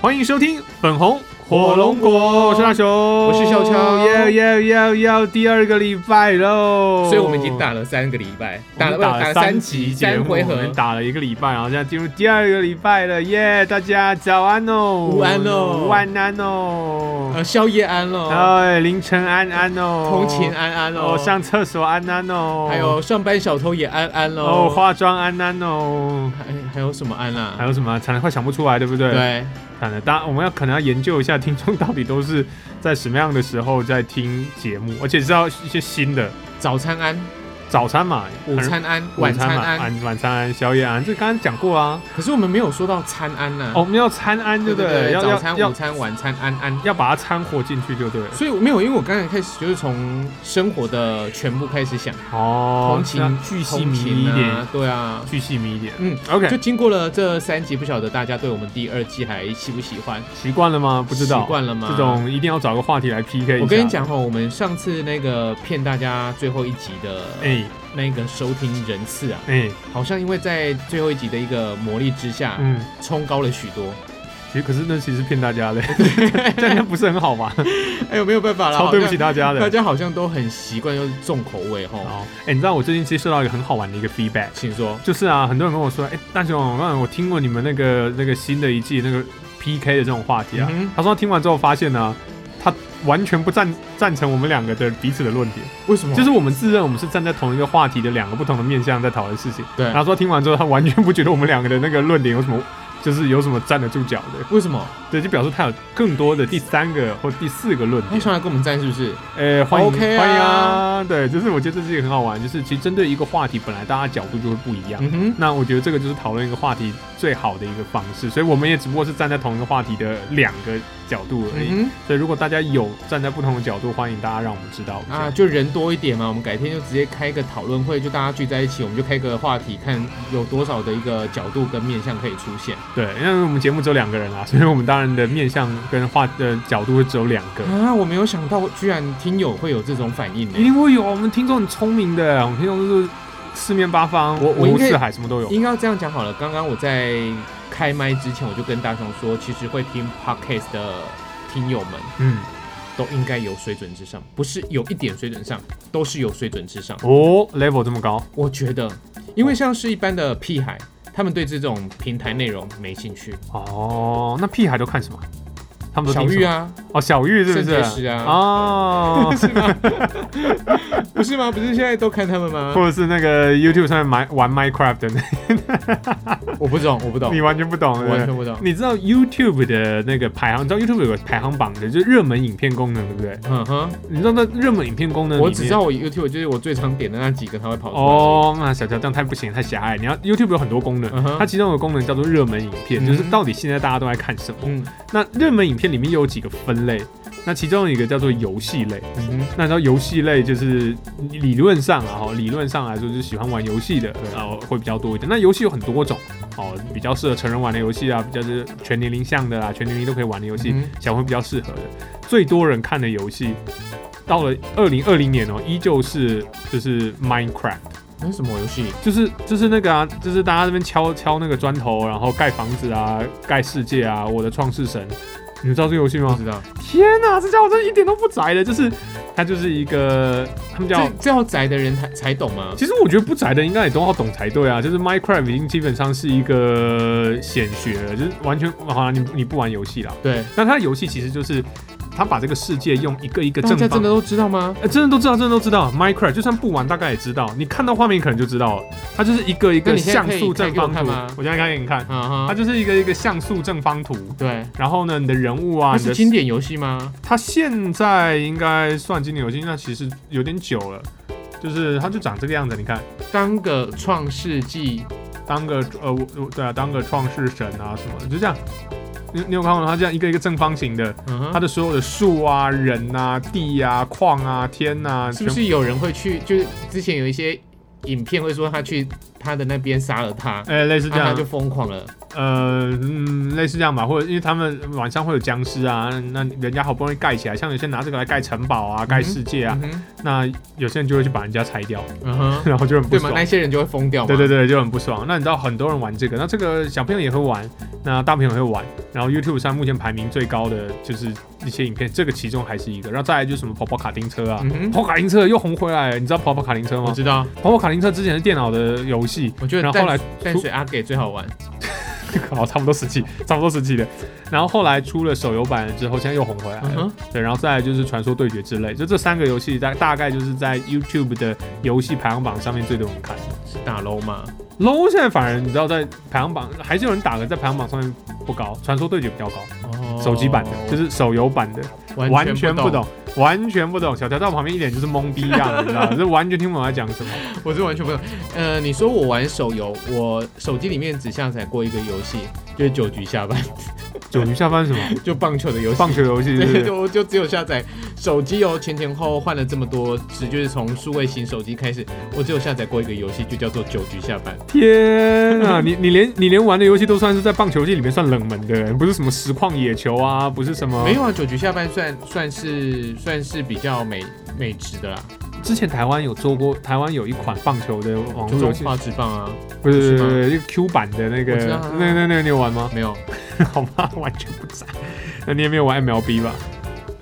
欢迎收听粉红火龙果，我是大雄，哦我是小强耶耶耶耶！第二个礼拜喽，所以我们已经打了三个礼拜，哦我打们了打了了三集，节三目，回我合们。打了一个礼拜，然后现在进入第二个礼拜了，耶！大家早安哦，午安哦午安安哦，呃，宵夜安喽，哎，凌晨安安哦，通勤安安喽哦，，上厕所安安哦，还有上班小偷也安安哦，喽，化妆安安哦，还还有什么安还啦？有什么？惨了，快想不出来，对不对？，对，惨了，当然我们要可能要研究一下听众到底都是在什么样的时候在听节目，而且知道一些新的早餐安，早餐嘛，午餐安，晚晚餐嘛，安。晚晚餐安、宵夜安，这刚刚讲过啊。可是我们没有说到餐安呐哦，我，们要餐安，对对不对？对嗯对，要早要餐、要午餐、晚餐安安。要把它掺和进去，就对了。所以我没有，因为我刚才开始就是从生活的全部开始想，哦同，情巨细通靡勤一啊点，，对啊，巨细靡一点。嗯。就 OK，经过了这三集，不晓得大家对我们第二季还喜不喜欢？习惯了吗？不知道，习惯了吗？啊这种一定要找个话题来 PK 一下。我跟你，讲哈，我们上次那个骗大家最后一集的哎那个收听人次啊，哎，好像因为在最后一集的一个魔力之下，嗯，冲高了许多。其实可是那其实骗大家 的，这样应该不是很好吧？哎呦，没有办法啦，超对不好起像大家大的。家好像都很习惯用重口味哈。哦，哎，你知道我最近接受到一个很好玩的一个 feedback，请说，就是啊，很多人跟我说，哎，大雄，那我听过你们那个那个新的一季那个 PK 的这种话题啊，嗯哼他说他听完之后发现呢、他完全不赞赞成我们两个的彼此的论点，为什么就就是是我们自认我们是站在同一个话题的两个不同的面向在讨论事情。对然后他说听完之后，他完全不觉得我们两个的那个论点有什么，就是有什么站得住脚的。为什么？对，就表示他有更多的第三个或第四个论他点。想来跟我们战是不是？呃，欢迎 OK 啊欢迎啊！对，就是我觉得这是一个很好玩，就是其实针对一个话题，本来大家角度就会不一样。嗯哼，那我觉得这个就是讨论一个话题最好的一个方式，所以我们也只不过是站在同一个话题的两个角度而已。嗯所以如果大家有站在不同的角度，欢迎大家让我们知道一哼，啊，下。就人多一点嘛，我们改天就直接开一个讨论会，就大家聚在一起，我们就开个话题，看有多少的一个角度跟面向可以出现。对，因为我们节目只有两个人啦，啊所以我们当然的面向跟话的角度会只有两个。啊，我没有想到，居然听友会有这种反应呢一。定会有啊，我们听众很聪明的，我们听众都是四面八方，我五湖我应该四海，什么都有。应该要这样讲好了。刚刚我在开麦之前，我就跟大雄说，其实会听 podcast 的听友们嗯，都应该有水准之上，不是有一点水准上，都是有水准之上。哦，level 这么高，我觉得，因为像是一般的屁孩，他们对这种平台内容没兴趣。哦，那屁孩都看什么？他们都小听玉什么，啊，哦，小玉是不肾结是？石啊 嗯哦，是吗？不是吗？不是现在都看他们吗或？者是那个 YouTube 上面买玩 Minecraft 的， 我不懂，我不懂你，完全不懂，我对不哦完对全不懂。你知道 YouTube 的那个排行，你知道 YouTube 有个排行榜的，就是热门影片功能，对不对？嗯哼，你知道那热门影片功能里面，我只知道我 YouTube 就是我最常点的那几个，它会跑出来。哦，那小乔这样太不行，太狭隘。你要 YouTube 有很多功能，嗯哼它其中有个功能叫做热门影片，嗯就是到底现在大家都在看什么。嗯那热门影片里面又有几个分类，那其中有一个叫做游戏类。嗯哼。那你知道游戏类就是理论上啊，哈，理论上来说就是喜欢玩游戏的对哦会比较多一点。那游戏有很多种哦，比较适合成人玩的游戏啊，比较是全年龄向的啊，全年龄都可以玩的游戏，嗯小朋友比较适合的。最多人看的游戏，到了二零二零年哦，依旧是就是 Minecraft。那什么游戏？就是就是那个啊，就是大家这边敲敲那个砖头，然后盖房子啊，盖世界啊，我的创世神，你们知道这个游戏不吗？知道。天哪、这家伙真的一点都不宅的，就是它就是一个他们叫这。这要宅的人才才懂吗？其实我觉得不宅的应该也都要懂才对啊，就是 Minecraft 已经基本上是一个显学了，就是完全好啊，你你不玩游戏啦。对，那它的游戏其实就是它把这个世界用一个一个大正家方真的都知道吗？呃，真的都知道，真的都知道。Minecraft 就算不玩，大概也知道。你看到画面可能就知道了，它就是一个一那个你现在像可以素开正给我方看图。吗我现在开给你看，啊它哈，就是一个一个像素正方图。对，然后呢，你的人物啊，它你的是经典游戏吗？它现在应该算经典游戏，那其实有点久了，就是它就长这个样子。你看，当个创世纪，当个呃，我我对啊，当个创世神啊什么的，就这样。你你有看过吗它这样一个一个正方形的，嗯它哼，的所有的树啊、人啊、地啊、矿啊、天啊，是不全？是有人会去？就是之前有一些影片会说他去他的那边杀了他，哎、类似那这样。他就疯狂了，呃，嗯，类似这样吧，或者因为他们晚上会有僵尸啊，那人家好不容易盖起来，像有些人拿这个来盖城堡啊、盖世界啊，嗯哼那有些人就会去把人家拆掉，嗯哼，然后就很不对嘛，爽。那些人就会疯掉嘛。对对对，就很不爽。那你知道很多人玩这个，那这个小朋友也会玩，那大朋友也会玩。然后 YouTube 上目前排名最高的就是一些影片，这个其中还是一个。然后再来就是什么跑跑卡丁车啊，嗯哼，跑跑卡丁车又红回来了。你知道跑跑卡丁车我吗？知道，跑跑卡丁车之前是电脑的游 戏，我觉得哦然后后来淡淡水阿给最好玩。好差不多时期，差不多时期的。然后后来出了手游版了之后，现在又红回来嗯了。哼，对，然后再来就是传说对决之类，就这三个游戏大大概就是在 YouTube 的游戏排行榜上面最多人看。是打 low 嘛？ low 现在反而你知道在排行榜还是有人打的，在排行榜上面不高，传说对决比较高，哦手机版的就是手游版的，完全不。懂，完全不懂。小条在我旁边一脸就是懵逼一样，你知道吗，就完全听不懂在讲什么。我是完全不懂。呃，你说我玩手游，我手机里面只下载过一个游戏，就是九局下半，九局下班什么？就棒球的游戏。棒球游戏是不对，是？就就只有下载手机哦，前前后后换了这么多次，就是从数位型手机开始，我只有下载过一个游戏，就叫做《九局下半》。天啊，你你连你连玩的游戏都算是在棒球界里面算冷门的，不是什么实况野球啊，不是什么。没有啊，《九局下半算》算是算是比较美美值的啦，之前台湾有做过，台湾有一款棒球的网就络游中戏，华职棒啊，不是是不吗是一个 Q 版的那个，我知道啊那那那你有玩吗？没有， 好吧，完全不在。那你也没有玩 MLB 吧？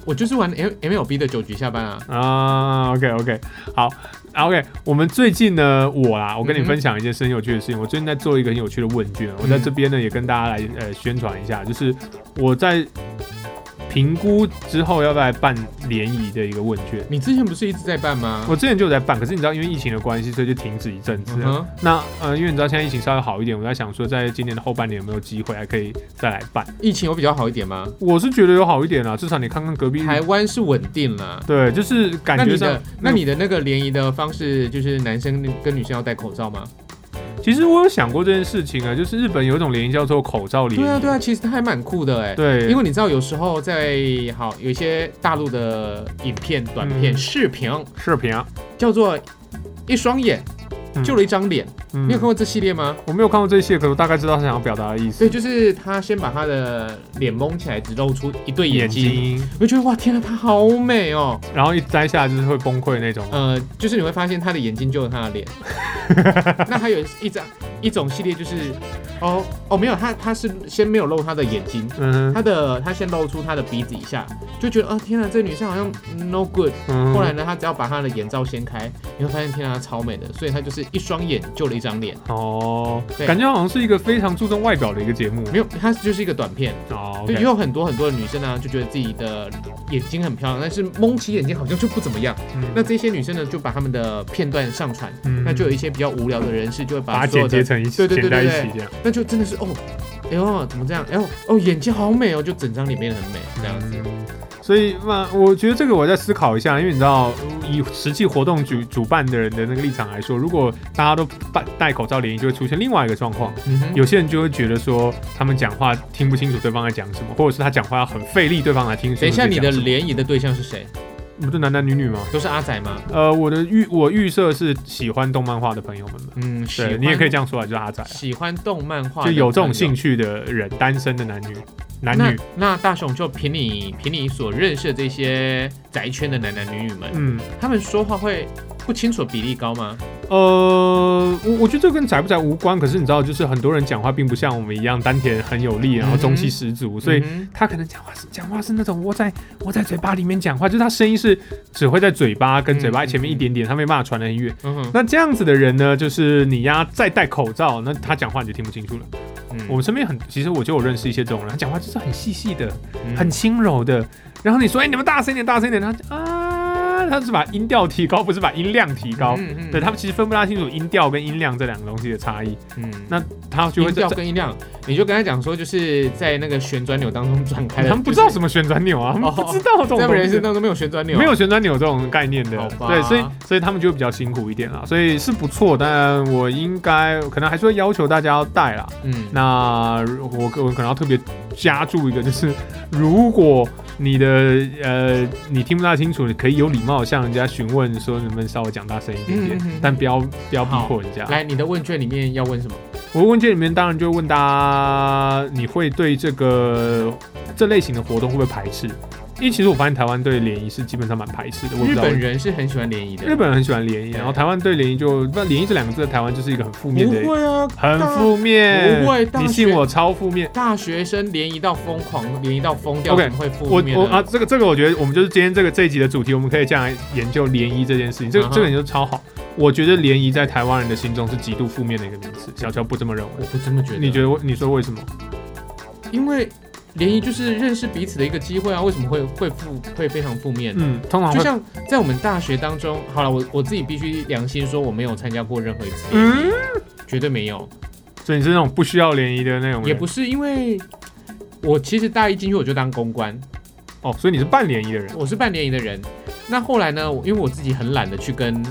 我就是玩 M MLB 的《九局下半》啊。啊，OK OK，好啊，OK。我们最近呢，我啊啦，我跟你嗯哼分享一件很有趣的事情。我最近在做一个很有趣的问卷，我在嗯这边呢也跟大家来呃宣传一下，就是我在评估之后要不要来办联谊的一个问卷。你之前不是一直在办吗？我之前就有在办，可是你知道，因为疫情的关系，所以就停止一阵子嗯了。哼，那呃，因为你知道现在疫情稍微好一点，我在想说，在今年的后半年有没有机会还可以再来办？疫情有比较好一点吗？我是觉得有好一点啦，至少你看看隔壁日台湾是稳定啦。对，就是感哦那觉你上的，那你的那个联谊的方式，就是男生跟女生要戴口罩吗？其实我有想过这件事情啊，就是日本有一种联谊叫做口罩联谊，对啊，对啊，其实还蛮酷的哎、对因为你知道，有时候在好有一些大陆的影片、短片、嗯视频，视频啊，叫做一双眼嗯救了一张脸，嗯你有看过这系列吗？我没有看过这些，可是我大概知道他想要表达的意思。对，就是他先把他的脸蒙起来，只露出一对眼眼睛，睛，我就觉得哇，天啊，她好美哦。然后一摘下来就是会崩溃那种。呃，就是你会发现他的眼睛救了他 的脸。那还有一张一种系列就是，哦哦，没有，他他是先没有露他的眼睛，嗯哼他的他先露出他的鼻子以下，就觉得啊天哪，这女生好像 no good。嗯哼，后来呢，他只要把他的眼罩掀开，你会发现天哪，她超美的，所以他就是一双眼救了一张脸。哦，对感觉好像是一个非常注重外表的一个节目。没有，它就是一个短片，哦对，，OK，也有很多很多的女生呢、就觉得自己的眼睛很漂亮，但是蒙起眼睛好像就不怎么样。嗯那这些女生呢，就把她们的片段上传，嗯那就有一些比较无聊的人士就会把它把所有剪的接成一起，对对剪对在一对起这样。那就真的是哦，哎呦怎么这样？哎呦哦眼睛好美哦，就整张脸变得很美这样子。嗯所以嘛，我觉得这个我再思考一下，因为你知道，以实际活动主主办的人的那个立场来说，如果大家都戴戴口罩联谊，就会出现另外一个状况，嗯哼，有些人就会觉得说，他们讲话听不清楚对方在讲什么，或者是他讲话要很费力，对方来听等清一楚下在讲你什么。的联谊的对象是谁？不是男男女女吗？都是阿仔吗？呃，我的预我预设是喜欢动漫画的朋友们吧，嗯，喜对欢你也可以这样说啊，就是阿仔啊，喜欢动漫画，就有这种兴趣。趣的人，单身的男女，男那女，那大雄就凭你凭你所认识的这些宅圈的男男女女们，嗯。他们说话会不清楚的比例高吗？呃，我我觉得这跟宅不宅无关，可是你知道，就是很多人讲话并不像我们一样丹田很有力，然后中气十足，所以嗯他可能讲话是讲话是那种窝在窝在嘴巴里面讲话，就是他声音是只会在嘴巴跟嘴巴前面一点点，他没办法传得很远。嗯哼，那这样子的人呢，就是你呀再戴口罩，那他讲话你就听不清楚了。嗯我们身边很，其实我就有认识一些这种人，他讲话就是很细细的，嗯很轻柔的。然后你说，哎、你们大声一点，大声一点，他就啊，他是把音调提高，不是把音量提高。嗯嗯对他们其实分不大清楚音调跟音量这两个东西的差异，嗯那他就会音在调跟音量，你就跟他讲说，就是在那个旋转钮当中转开的， 他们不知道什么旋转钮啊，他们哦不知道这种在我东们人生西。当中没有旋转钮，啊没有旋转钮这种概念的好，吧对，所以所以他们就会比较辛苦一点啦，所以是不错，但我应该可能还是会要求大家要戴啦。嗯，那我我可能要特别加注一个，就是如果你的呃，你听不大清楚，你可以有礼貌地向人家询问说能不能稍微讲大声一点点，嗯嗯嗯但不要不要逼迫人家。来，你的问卷里面要问什么？我问卷里面当然就问大家，你会对这个这类型的活动会不会排斥？因为其实我发现台湾对联谊是基本上蛮排斥的，我也不日知道为什本么。人是很喜欢联谊的，日本人很喜欢联谊，啊然后台湾对联谊就那联谊这两个字在台湾就是一个很负面的，不会啊，很大负面，不会大学你信我超负面。大学生联谊到疯狂，联谊到疯掉 OK，怎么会负我面呢我啊，这个这个，我觉得我们就是今天这个这一集的主题，我们可以这样来研究联谊这件事情。这个、嗯哼这个研究超好，我觉得联谊在台湾人的心中是极度负面的一个名词。小乔不这么认我为，不这么觉得。你觉得为？你说为什么？得？因为联谊就是认识彼此的一个机会啊，为什么会会负会非常负面呢？嗯，通常就会像在我们大学当中，好了，我我自己必须良心说，我没有参加过任何一次联谊，嗯，绝对没有，所以你是那种不需要联谊的那种人，也不是因为。我其实大一进去我就当公关，哦，所以你是半联谊的人。我是办联谊的人。那后来呢，我因为我自己很懒得去跟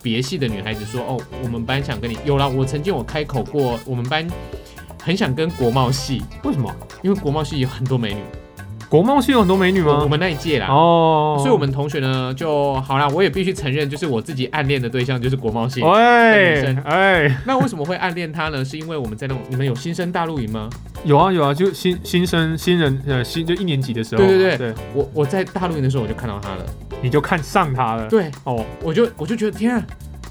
别系的女孩子说，哦，我们班想跟你有啦，我曾经我开口过，我们班很想跟国贸系，为什么？因为国贸系有很多美女，国贸系有很多美女我我吗？们那一届啦。嗯哦，所以，我们同学呢，就好啦。我也必须承认，就是我自己暗恋的对象就是国贸系。哦喂女生哎，那为什么会暗恋他呢？是因为我们在那种你们有新生大陆营吗？有啊有啊，就新新生新人呃新就一年级的时候嘛，对对对，我我在大陆营的时候我就看到他了，你就看上他了。对，哦我就我就觉得天啊，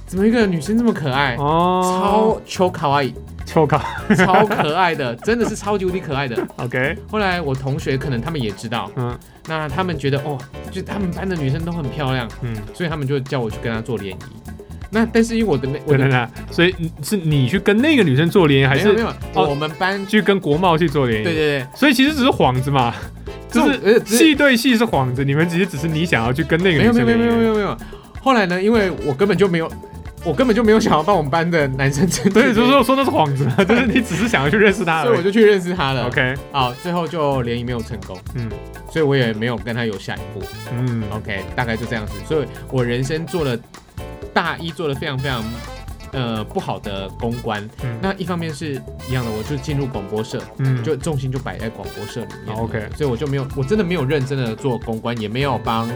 怎么一个女生这么可爱，哦，超哎超可爱，超秋卡超可爱的， 真的是超级无敌可爱的。 ，OK，后来我同学可能他们也知道，嗯那他们觉得哦，就他们班的女生都很漂亮，嗯。所以他们就叫我去跟她做联谊。那但是因为我的那我等的等等，所以你是你去跟那个女生做联谊，还没有没是有，哦我们班去跟国贸去做联谊？对对对，所以其实只是幌子嘛，就这是种呃只戏对戏是幌子，你们其实只是你想要去跟那个没女有没生有没有联没有没谊。有没有。后来呢，因为我根本就没有，我根本就没有想要帮我们班的男生争 取对，联谊所以说我说那是幌子 嘛，就是你只是想要去认识她所以我而已。就去认识他了。 OK，好，最后就联谊没有成功，嗯所以我也没有跟他有下一步。嗯， OK，大概就这样子。所以我人生做了大一做了非常非常呃不好的公关。嗯那一方面是一样的，我就进入广播社，嗯就重心就摆在广播社里面。好，OK 所以我就没有，我真的没有认真的做公关，也没有帮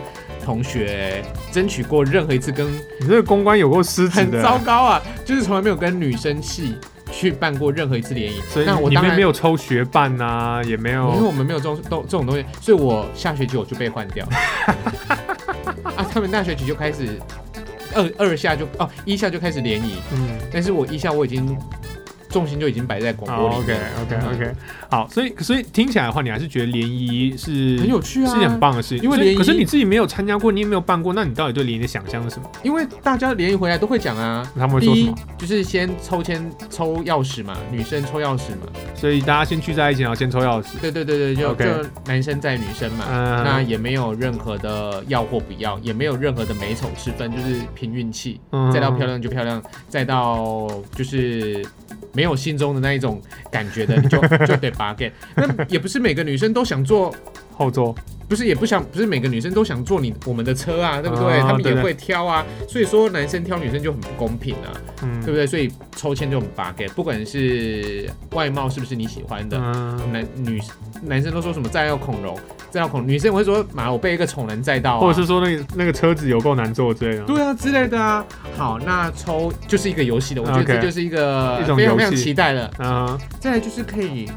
同学争取过任何一次跟，你这个公关有够失职很的，糟糕啊，就是从来没有跟女生系去办过任何一次联谊所。以那我你当们然没。有抽学伴呐，也没因为有我们没有这种东这种东西，所以我下学期我就被换 掉了。啊，他们大学期就开始二二下就哦一下就开始联谊，嗯。但是我一下我已经重心就已经摆在广播好里哦，OK 面了 OK 嗯 OK，好，所以所以听起来的话，你还是觉得联谊是很有趣啊，是一件很。棒的事情。因为所以联谊可是你自己没有参加过，你也没有办过，那你到底对联谊的想象是什么？因为大家联谊回来都会讲啊，他们会第说什一么？就是先抽签抽钥匙嘛，女生抽钥匙嘛，所以大家先聚在一起，然后先抽钥匙。对对对对，就 OK 就男生载女生嘛。嗯，那也没有任何的要或不要，也没有任何的美丑之分，就是凭运气。那再到漂，亮就漂亮，再到就是没有心中的那一种感觉的，你就就得拔 get。那也不是每个女生都想坐，嗯后座不是也不想，不是每个女生都想坐你我们的车啊，对不对？啊她、们对也对会挑啊，所以说男生挑女生就很不公平啊，嗯，对不对？所以抽签就很拔 get，不管是外貌是不是你喜欢的。嗯，男女男生都说什么载到恐龙，载到恐龙，女生我会说妈，我被一个丑男载到、啊，或者是说那个那个车子有够难坐之类的。对啊之类的啊。好，那抽就是一个游戏的，我觉得 OK 这就是一个一种非常游非常戏期待了。嗯，再来就是可以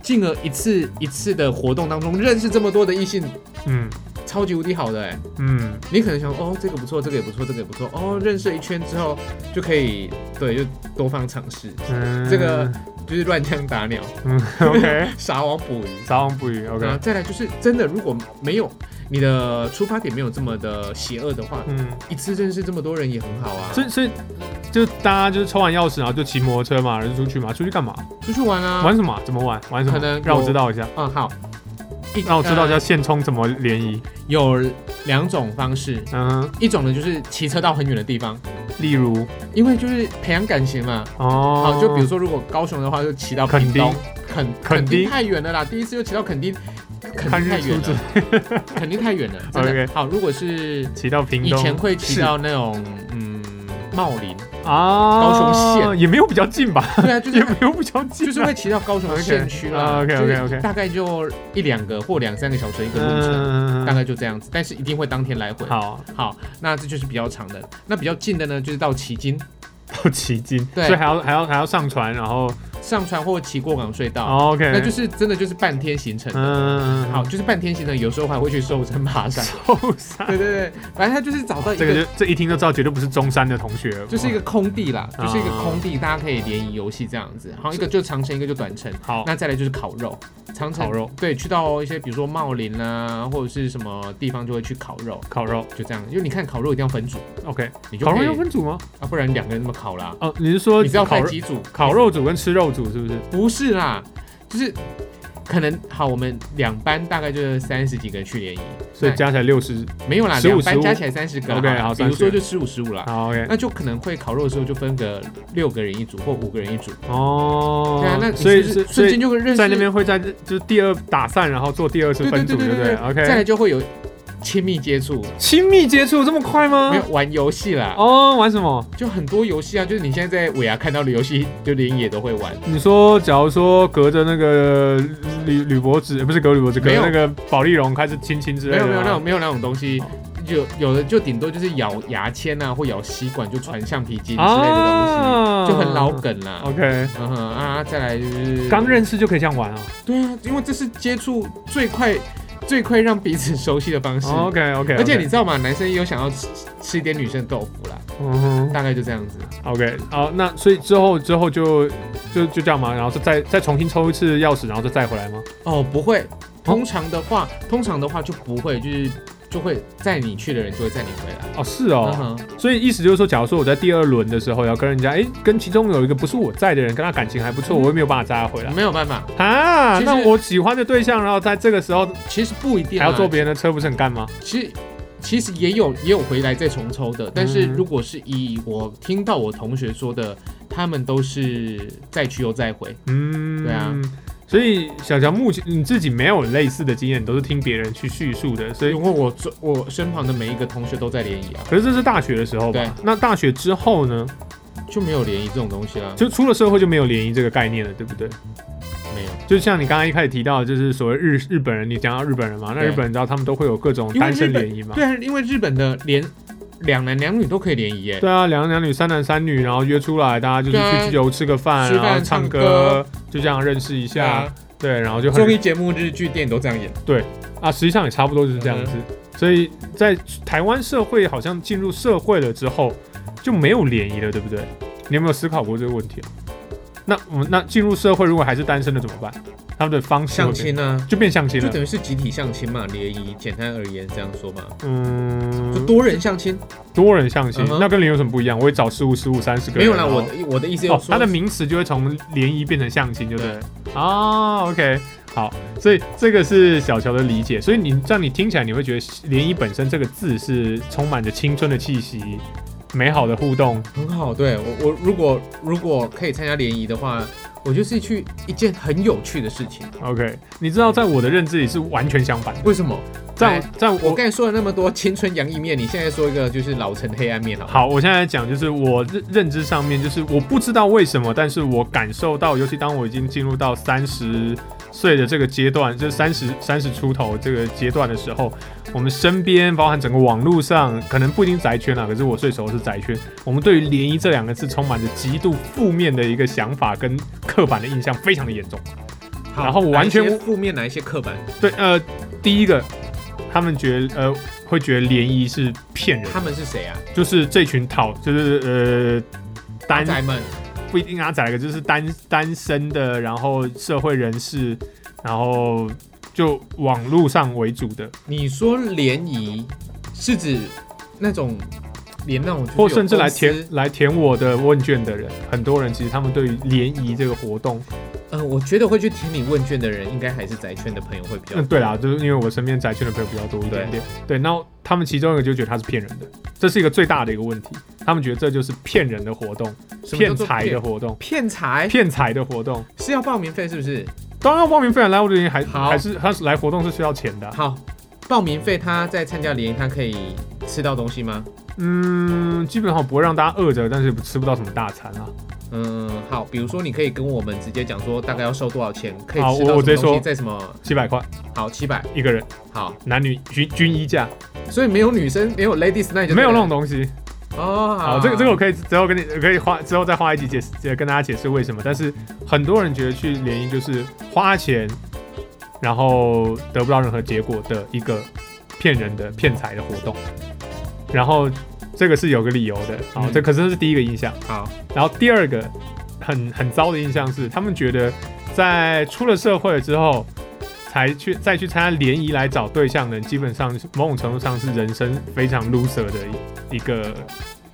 进而一次一次的活动当中认识这么多的异性，嗯超级无敌好的哎、嗯你可能想哦，这个不错，这个也不错，这个也不错哦，认识了一圈之后就可以对，就多方尝试，嗯，这个就是乱枪打鸟， 嗯 OK，撒网捕鱼。撒网捕鱼啊， OK，再来就是真的，如果没有你的出发点没有这么的邪恶的话，嗯，一次认识这么多人也很好啊。所以所以就大家就是抽完钥匙，然后就骑摩托车嘛，然后就出去嘛，出去干嘛？出去玩啊，玩什么啊？怎么玩？玩什么可能？让我有知道一下，嗯，好，一让我知道一下呃现充怎么联谊。有两种方式，嗯，一种呢就是骑车到很远的地方，例如因为就是培养感情嘛。哦，好，就比如说如果高雄的话，就骑到垦屏丁东，垦垦垦丁丁太远了啦，第一次就骑到垦丁，垦看丁太日出远之了， 垦丁太远了，真 OK 的。好，如果是骑到屏以东，前会骑是到那种嗯茂林， 啊，高雄县也没有比较近 吧，对啊，就也是没有比较近啊，就是会骑到高雄 OK，县区啦啊，OK，OK，就是 OK 大概就一两个或两三个小时一个路程，嗯，大概就这样子，但是一定会当天来回。好好，那这就是比较长的。那比较近的呢，就是到旗津到奇经，对所以还要还要还要上船，然后上船或骑过港隧道，哦 OK，那就是真的就是半天行程。嗯，好，就是半天行程，有时候还会去寿山 爬山。受伤对，对对，反正他就是找到 一这个个，就这一听就知道绝对不是中山的同学了，就是一个空地啦，哦就是一个空地，大家可以联谊游戏这样子。好，一个就长城，一个就短程。好那再来就是烤肉，长城哦烤肉，对，去到一些比如说茂林啊，或者是什么地方就会去烤肉，烤肉就这样。因为你看烤肉一定要分组， ，OK，你就烤可肉要以分组吗？啊，不然两个人怎么烤啦？哦，你是说你知道烤带肉几组烤肉组跟吃肉组是不是？不是啦，就是可能好，我们两班大概就是三十几个去联谊，所以加起来六十，那没有啦， 15两班15加起来三十个啦 OK，好比如30说个就十五十五啦。好 OK，那就可能会烤肉的时候就分个六个人一组或五个人一组，哦，对啊，那你所以是不是是瞬所间以就会认识在那边会在就是第二打散，然后做第二次对对分对组，对对不对对再？OK，来就会有亲密接触，亲密接触这么快吗没？有玩游戏啦，哦，玩什么？就很多游戏啊，就是你现在在尾牙看到的游戏，就连野都会玩，你说，假如说隔着那个铝铝箔纸，呃不是隔铝箔纸，隔没有着那个保丽龙开始亲亲之类没的吗，有没有那种没有那种东西，有有的就顶多就是咬牙签啊，或咬吸管就传橡皮筋之类的东啊西，就很老。梗啦。 OK，嗯哼啊，再来就是刚认识就可以这样玩哦。对啊，因为这是接触最快、最快让彼此熟悉的方式。哦 OK OK，而且你知道吗？男生也有想要吃吃一点女生的豆腐啦，嗯哼大概就这样子。 OK，好，那所以之后之后就就就这样嘛，然后再再重新抽一次钥匙，然后再再回来吗？哦，不会。通常的话，通常的话就不会，就是就会载你去的人就会载你回来。哦，是哦。嗯哼，所以意思就是说，假如说我在第二轮的时候要跟人家，哎，跟其中有一个不是我在的人，跟他感情还不错，我也没有办法载他回来没有办法，啊。嗯其实那我喜欢的对象，然后在这个时候其实不一定还啊要坐别人的车，不是很干吗？其实其实也有也有回来再重抽的，但是嗯如果是以我听到我同学说的，他们都是再去又再回。嗯，对啊。所以小乔目前你自己没有类似的经验，你都是听别人去叙述的，所以因为我周我身旁的每一个同学都在联谊啊，可是这是大学的时候对吧？那大学之后呢？就没有联谊这种东西啊啦，就出了社会就没有联谊这个概念了，对不对？没有。就像你刚刚一开始提到，就是所谓日日本人，你讲到日本人嘛，那对日本人你知道他们都会有各种因为单身日本联谊嘛？对啊，因为日本的连两男两女都可以联谊耶，对啊，两男两女、三男三女，然后约出来，大家就是对啊去居酒屋吃个饭，吃然饭后唱唱歌，就这样认识一对下啊，，对，然后就很综艺节目、日剧、电影都这样演。啊，实际上也差不多就是这样子。嗯所以在台湾社会好像进入社会了之后就没有联谊了，对不对？你有没有思考过这个问题啊？那我们那进入社会如果还是单身的怎么办？他们的方式会相变亲呢，就变相亲就了，等于是集体相亲嘛，联谊，简单而言这样说嘛，就嗯，多人相亲。多人相亲嗯，哼那跟你有什么不一样？我也找十五、十五、三十个没人，有啦，然后我的我的意思哦要，说，它的名词就会从联谊变成相亲，就对了。哦，OK，好，所以这个是小乔的理解。所以你让你听起来，你会觉得联谊本身这个字是充满着青春的气息，美好的互动。很好，对我我如果如果可以参加联谊的话，我就是去一件很有趣的事情。 OK，你知道，在我的认知里是完全相反的。为什么？在来在我我刚才说了那么多青春洋溢面，你现在说一个就是老成黑暗面好了。好，我现在讲就是我认认知上面，就是我不知道为什么，但是我感受到，尤其当我已经进入到三十岁的这个阶段，就是三十三十出头这个阶段的时候，我们身边，包含整个网络上，可能不一定宅圈啦，啊可是我最熟的是宅圈，我们对于联谊这两个字充满着极度负面的一个想法跟刻板的印象，非常的严重。好然后我完全哪一些负面哪一些刻板，对，呃，第一个，他们觉得呃会觉得联谊是骗人，他们是谁啊？就是这群讨，就是呃阿单宅们，不一定阿仔，一个就是单单身的，然后社会人士，然后就网络上为主的，你说联谊是指那种连那种就是有或甚至来公填司，来填我的问卷的人，很多人其实他们对于联谊这个活动，呃，我觉得会去填你问卷的人，应该还是宅圈的朋友会比较嗯，。对啦，就是因为我身边宅圈的朋友比较多一点点，对，那他们其中一个就觉得他是骗人的，这是一个最大的一个问题，他们觉得这就是骗人的活动，什么叫骗做哎财的活动，骗财骗财的活动。是要报名费是不是？当然，报名费来我这里还好还是他是来活动是需要钱的啊、好，报名费他在参加联谊，他可以吃到东西吗？嗯，基本上不会让大家饿着，但是也吃不到什么大餐啊。嗯，好，比如说你可以跟我们直接讲说大概要收多少钱，可以好吃我到我什直么接东西，说在什么七百块好七百一个人，好，男女均均一价，所以没有女生没有 ladies night 就对了没有那种东西。哦，好，这个这个我可以之后跟你可以花之后再花一集解释，呃跟大家解释为什么。但是很多人觉得去联谊就是花钱，然后得不到任何结果的一个骗人的骗财的活动，然后这个是有个理由的。好，嗯这可是这是第一个印象。好，然后第二个很很糟的印象是，他们觉得在出了社会之后才去再去参加联谊来找对象的人，基本上是某种程度上是人生非常 loser 的一一个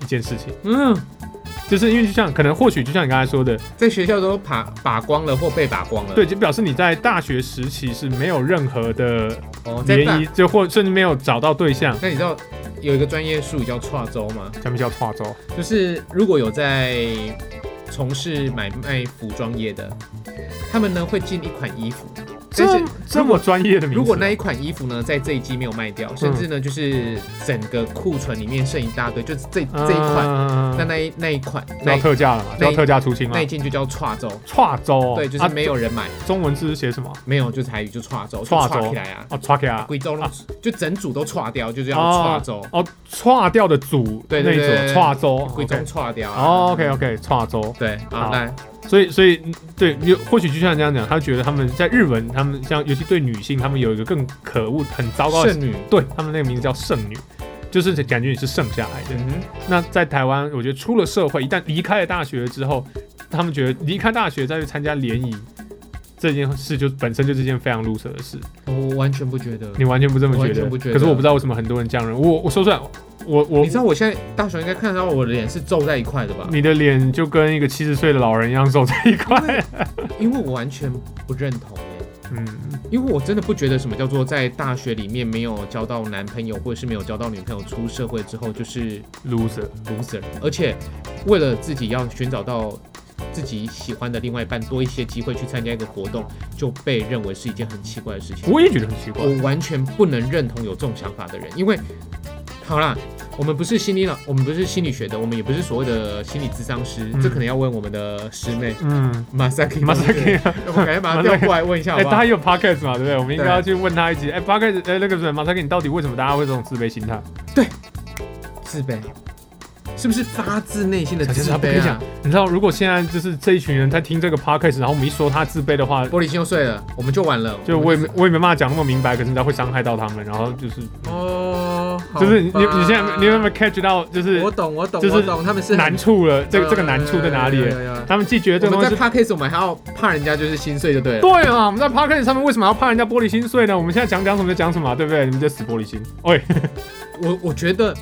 一件事情。嗯，就是因为就像可能或许就像你刚才说的，在学校都把把光了或被把光了，对，就表示你在大学时期是没有任何的哦，在联那谊，就或甚至没有找到对象，那你知道有一个专业术语叫跨州吗？咱们叫跨州。就是如果有在从事买卖服装业的，他们呢会进一款衣服，但是这啊这么专业的名字，如果那一款衣服呢在这一季没有卖嗯掉，甚至呢就是整个库存里面剩一大堆，就是这这一款，嗯那那一那一款就那要一特价了嘛，就那要一特价出清了那一。件就叫跨州，跨州哦，对，就是啊没有人买，中文字是写什么？没有就台语就跨州，就跨州跨起来啊。哦，跨掉，贵州啊就整组都跨掉，就这样跨州，哦，跨掉的组对那对一对种跨州，贵州跨掉啊。哦，OK OK，跨州，对，好好来，所以所以嗯对，有或许就像这样讲，他觉得他们在日文，他们像尤其对女性，他们有一个更可恶、很糟糕的，剩女，对他们那个名字叫剩女，就是感觉你是剩下来的。嗯哼，那在台湾，我觉得出了社会，一旦离开了大学之后，他们觉得离开大学再去参加联谊这件事就，本身就是一件非常 loser 的事。我完全不觉得。你完全不这么我觉完全得？不觉得可是我不知道为什么很多人这样认为。我我说出来，我我你知道我现在大雄应该看到我的脸是皱在一块的吧？你的脸就跟一个七十岁的老人一样皱在一块。因为我完全不认同哎，嗯，因为我真的不觉得什么叫做在大学里面没有交到男朋友或者是没有交到女朋友，出社会之后就是 loser。 loser，而且为了自己要寻找到。自己喜欢的另外一半多一些机会去参加一个活动，就被认为是一件很奇怪的事情。我也觉得很奇怪我。完全不能认同有这种想法的人，因为好啦，我们不是心理老，我们不是心理学的，我们也不是所谓的心理咨商师，嗯这可能要问我们的师妹嗯，马萨克。 马萨克，对我们赶紧把她调过来问一下好哎，不好他？也有 podcast 嘛，对不对？我们应该对要去问他一集。哎，podcast，哎，那个什么，马赛克，你到底为什么大家会这种自卑心态？自卑，是不是发自内心的小自杰他不跟卑你啊讲？，你知道，如果现在就是这一群人在听这个 podcast，然后我们一说他自卑的话，玻璃心又碎了，我们就完了。就我也们没我也没办法讲那么明白，可是你知道会伤害到他们，然后就是哦，好吧就是你你现在你有没有 catch 到就是我懂我懂就是我懂，他们是很难处了？这个这个难处在哪有有里？有有有他们既觉得这我个东们西在 podcast 我们还要怕人家就是心碎就对了。对啊，我们在 podcast 上面为什么要怕人家玻璃心碎呢？我们现在讲讲什么就讲什么啊、对不对？你们这死玻璃心！喂，我我觉得，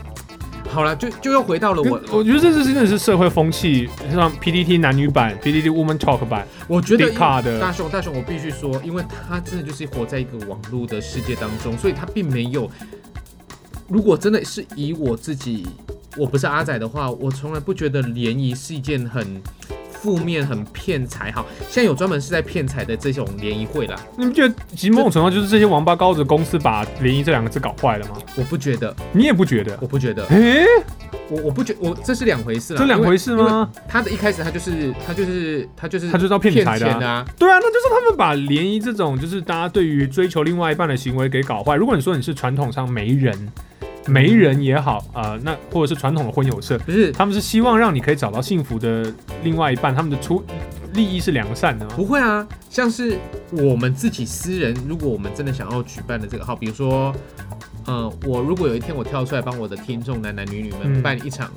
好了，就就又回到了 我我，我觉得这是真的是社会风气，像 PPT 男女版、PPT Woman Talk 版，我觉得迪卡的大雄大雄，我必须说，因为他真的就是活在一个网络的世界当中，所以他并没有。如果真的是以我自己，我不是阿仔的话，我从来不觉得联谊是一件很负面、很骗财。好，现在有专门是在骗财的这种联谊会啦，你不觉得其实某种程度上就是这些王八羔子公司把联谊这两个字搞坏了吗？我不觉得，你也不觉得？我不觉得，诶，我我不觉我这是两回事啦，这两回事因为？因为吗？他的一开始他就是他就是他就是他就是要骗骗财的啊钱的啊，对啊，那就是他们把联谊这种就是大家对于追求另外一半的行为给搞坏。如果你说你是传统上媒人，媒人也好啊、呃那或者是传统的婚友社，不是他们是希望让你可以找到幸福的另外一半，他们的出利益是良善的吗？不会啊，像是我们自己私人，如果我们真的想要举办的这个号，比如说，呃，我如果有一天我跳出来帮我的听众男男女女们嗯办一场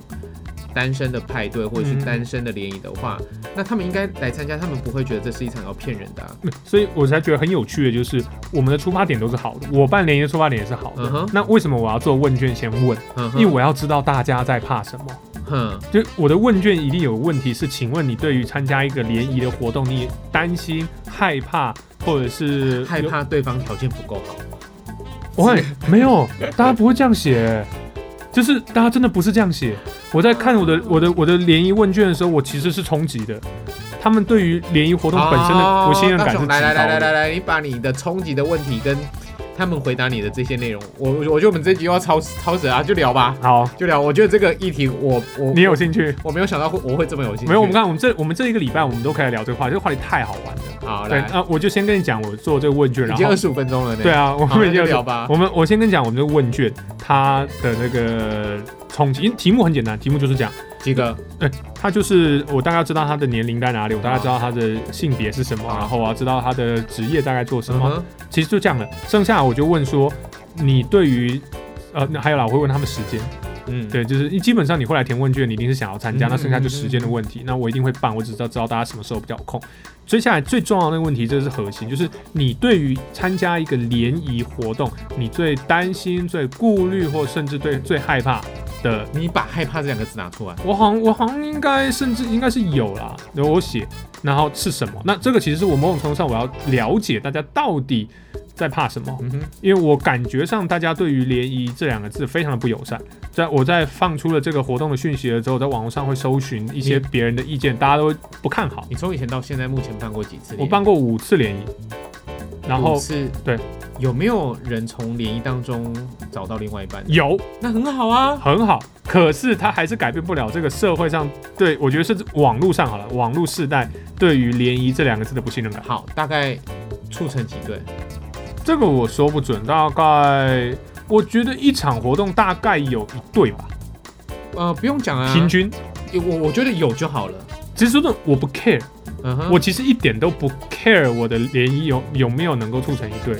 单身的派对或者是嗯单身的联谊的话，那他们应该来参加，他们不会觉得这是一场要骗人的、啊。所以我才觉得很有趣的，就是我们的出发点都是好的，我办联谊的出发点也是好的。嗯哼嗯那为什么我要做问卷先问？哼因为啊哼，我要知道大家在怕什么。哼，就我的问卷一定有问题是，请问你对于参加一个联谊的活动，你担心、害怕，或者是害有？怕对方条件不够好。喂，没有，大家不会这样写，就是大家真的不是这样写。我在看我的我的我的联谊问卷的时候，我其实是冲击的。他们对于联谊活动本身的不信任感是哦极高大雄来来来来来的。来，你把你的冲击的问题跟他们回答你的这些内容。我我我觉得我们这集又要超超时啊，就聊吧，好，就聊。我觉得这个议题我，我你有兴趣？我没有想到会我会这么有兴趣。没有，我们看我们这我们这一个礼拜我们都可以聊这个话题，这个话题太好玩了。好对，来，那我就先跟你讲我做这个问卷，已然经后二十五分钟了呢。对，啊，我好，们那已就经聊吧。我们我先跟你讲我们这个问卷它的那个冲击，因为题目很简单，题目就是讲。几个他就是我大概知道他的年龄在哪里，我大概啊知道他的性别是什么，啊然后我要知道他的职业大概做什嗯么。哼其实就这样了，剩下我就问说，你对于呃，那还有啦，我会问他们时间。嗯，对，就是基本上你会来填问卷，你一定是想要参加，嗯那剩下就时间的问题。那我一定会办，我只知道知道大家什么时候比较有空。接下来最重要的那个问题，这是核心，就是你对于参加一个联谊活动，你最担心、最顾虑，或甚至对最害怕的你把害怕这两个字拿出来。我好像我好像应该甚至应该是有啦，有我写，然后是什么？那这个其实是我某种程度上我要了解大家到底在怕什么，嗯哼，因为我感觉上大家对于联谊这两个字非常的不友善。在我在放出了这个活动的讯息了之后，在网络上会搜寻一些嗯别人的意见，大家都不看好。你从以前到现在，目前办过几次？我办过五次联谊，然后是，对，有没有人从联谊当中找到另外一半？有那很好啊。很好，可是它还是改变不了这个社会上对我觉得是网络上好了，网络世代对于联谊这两个字的不信任感。好，大概促成几对？这个我说不准，大概我觉得一场活动大概有一对吧，呃，不用讲啊，平均。我我觉得有就好了。其实说真的，我不 care，、嗯哼，我其实一点都不 care 我的联谊有有没有能够促成一对，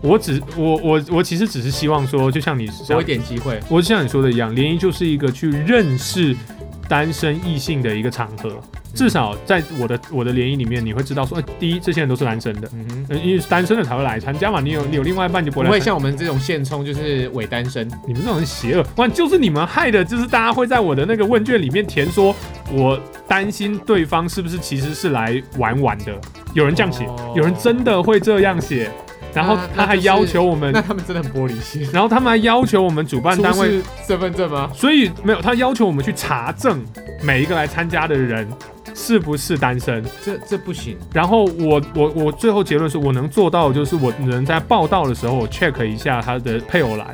我只我我我其实只是希望说，就像你多像一点机会。我就像你说的一样，联谊就是一个去认识单身异性的一个场合。至少在我的我的联谊里面，你会知道说，哎第一这些人都是单身的，嗯哼，呃因为是单身的才会来参加嘛。你有你有另外一半就不不会来会参加像我们这种现充就是伪单身。你们这种人邪恶，哇，就是你们害的，就是大家会在我的那个问卷里面填说，我担心对方是不是其实是来玩玩的，有人这样写，哦有人真的会这样写，然后嗯那他还那就是要求我们，那他们真的很玻璃心。然后他们还要求我们主办单位，出示身份证吗？所以没有，他要求我们去查证每一个来参加的人是不是单身，这这不行。然后我我我最后结论是我能做到，的就是我能在报道的时候我 check 一下他的配偶栏，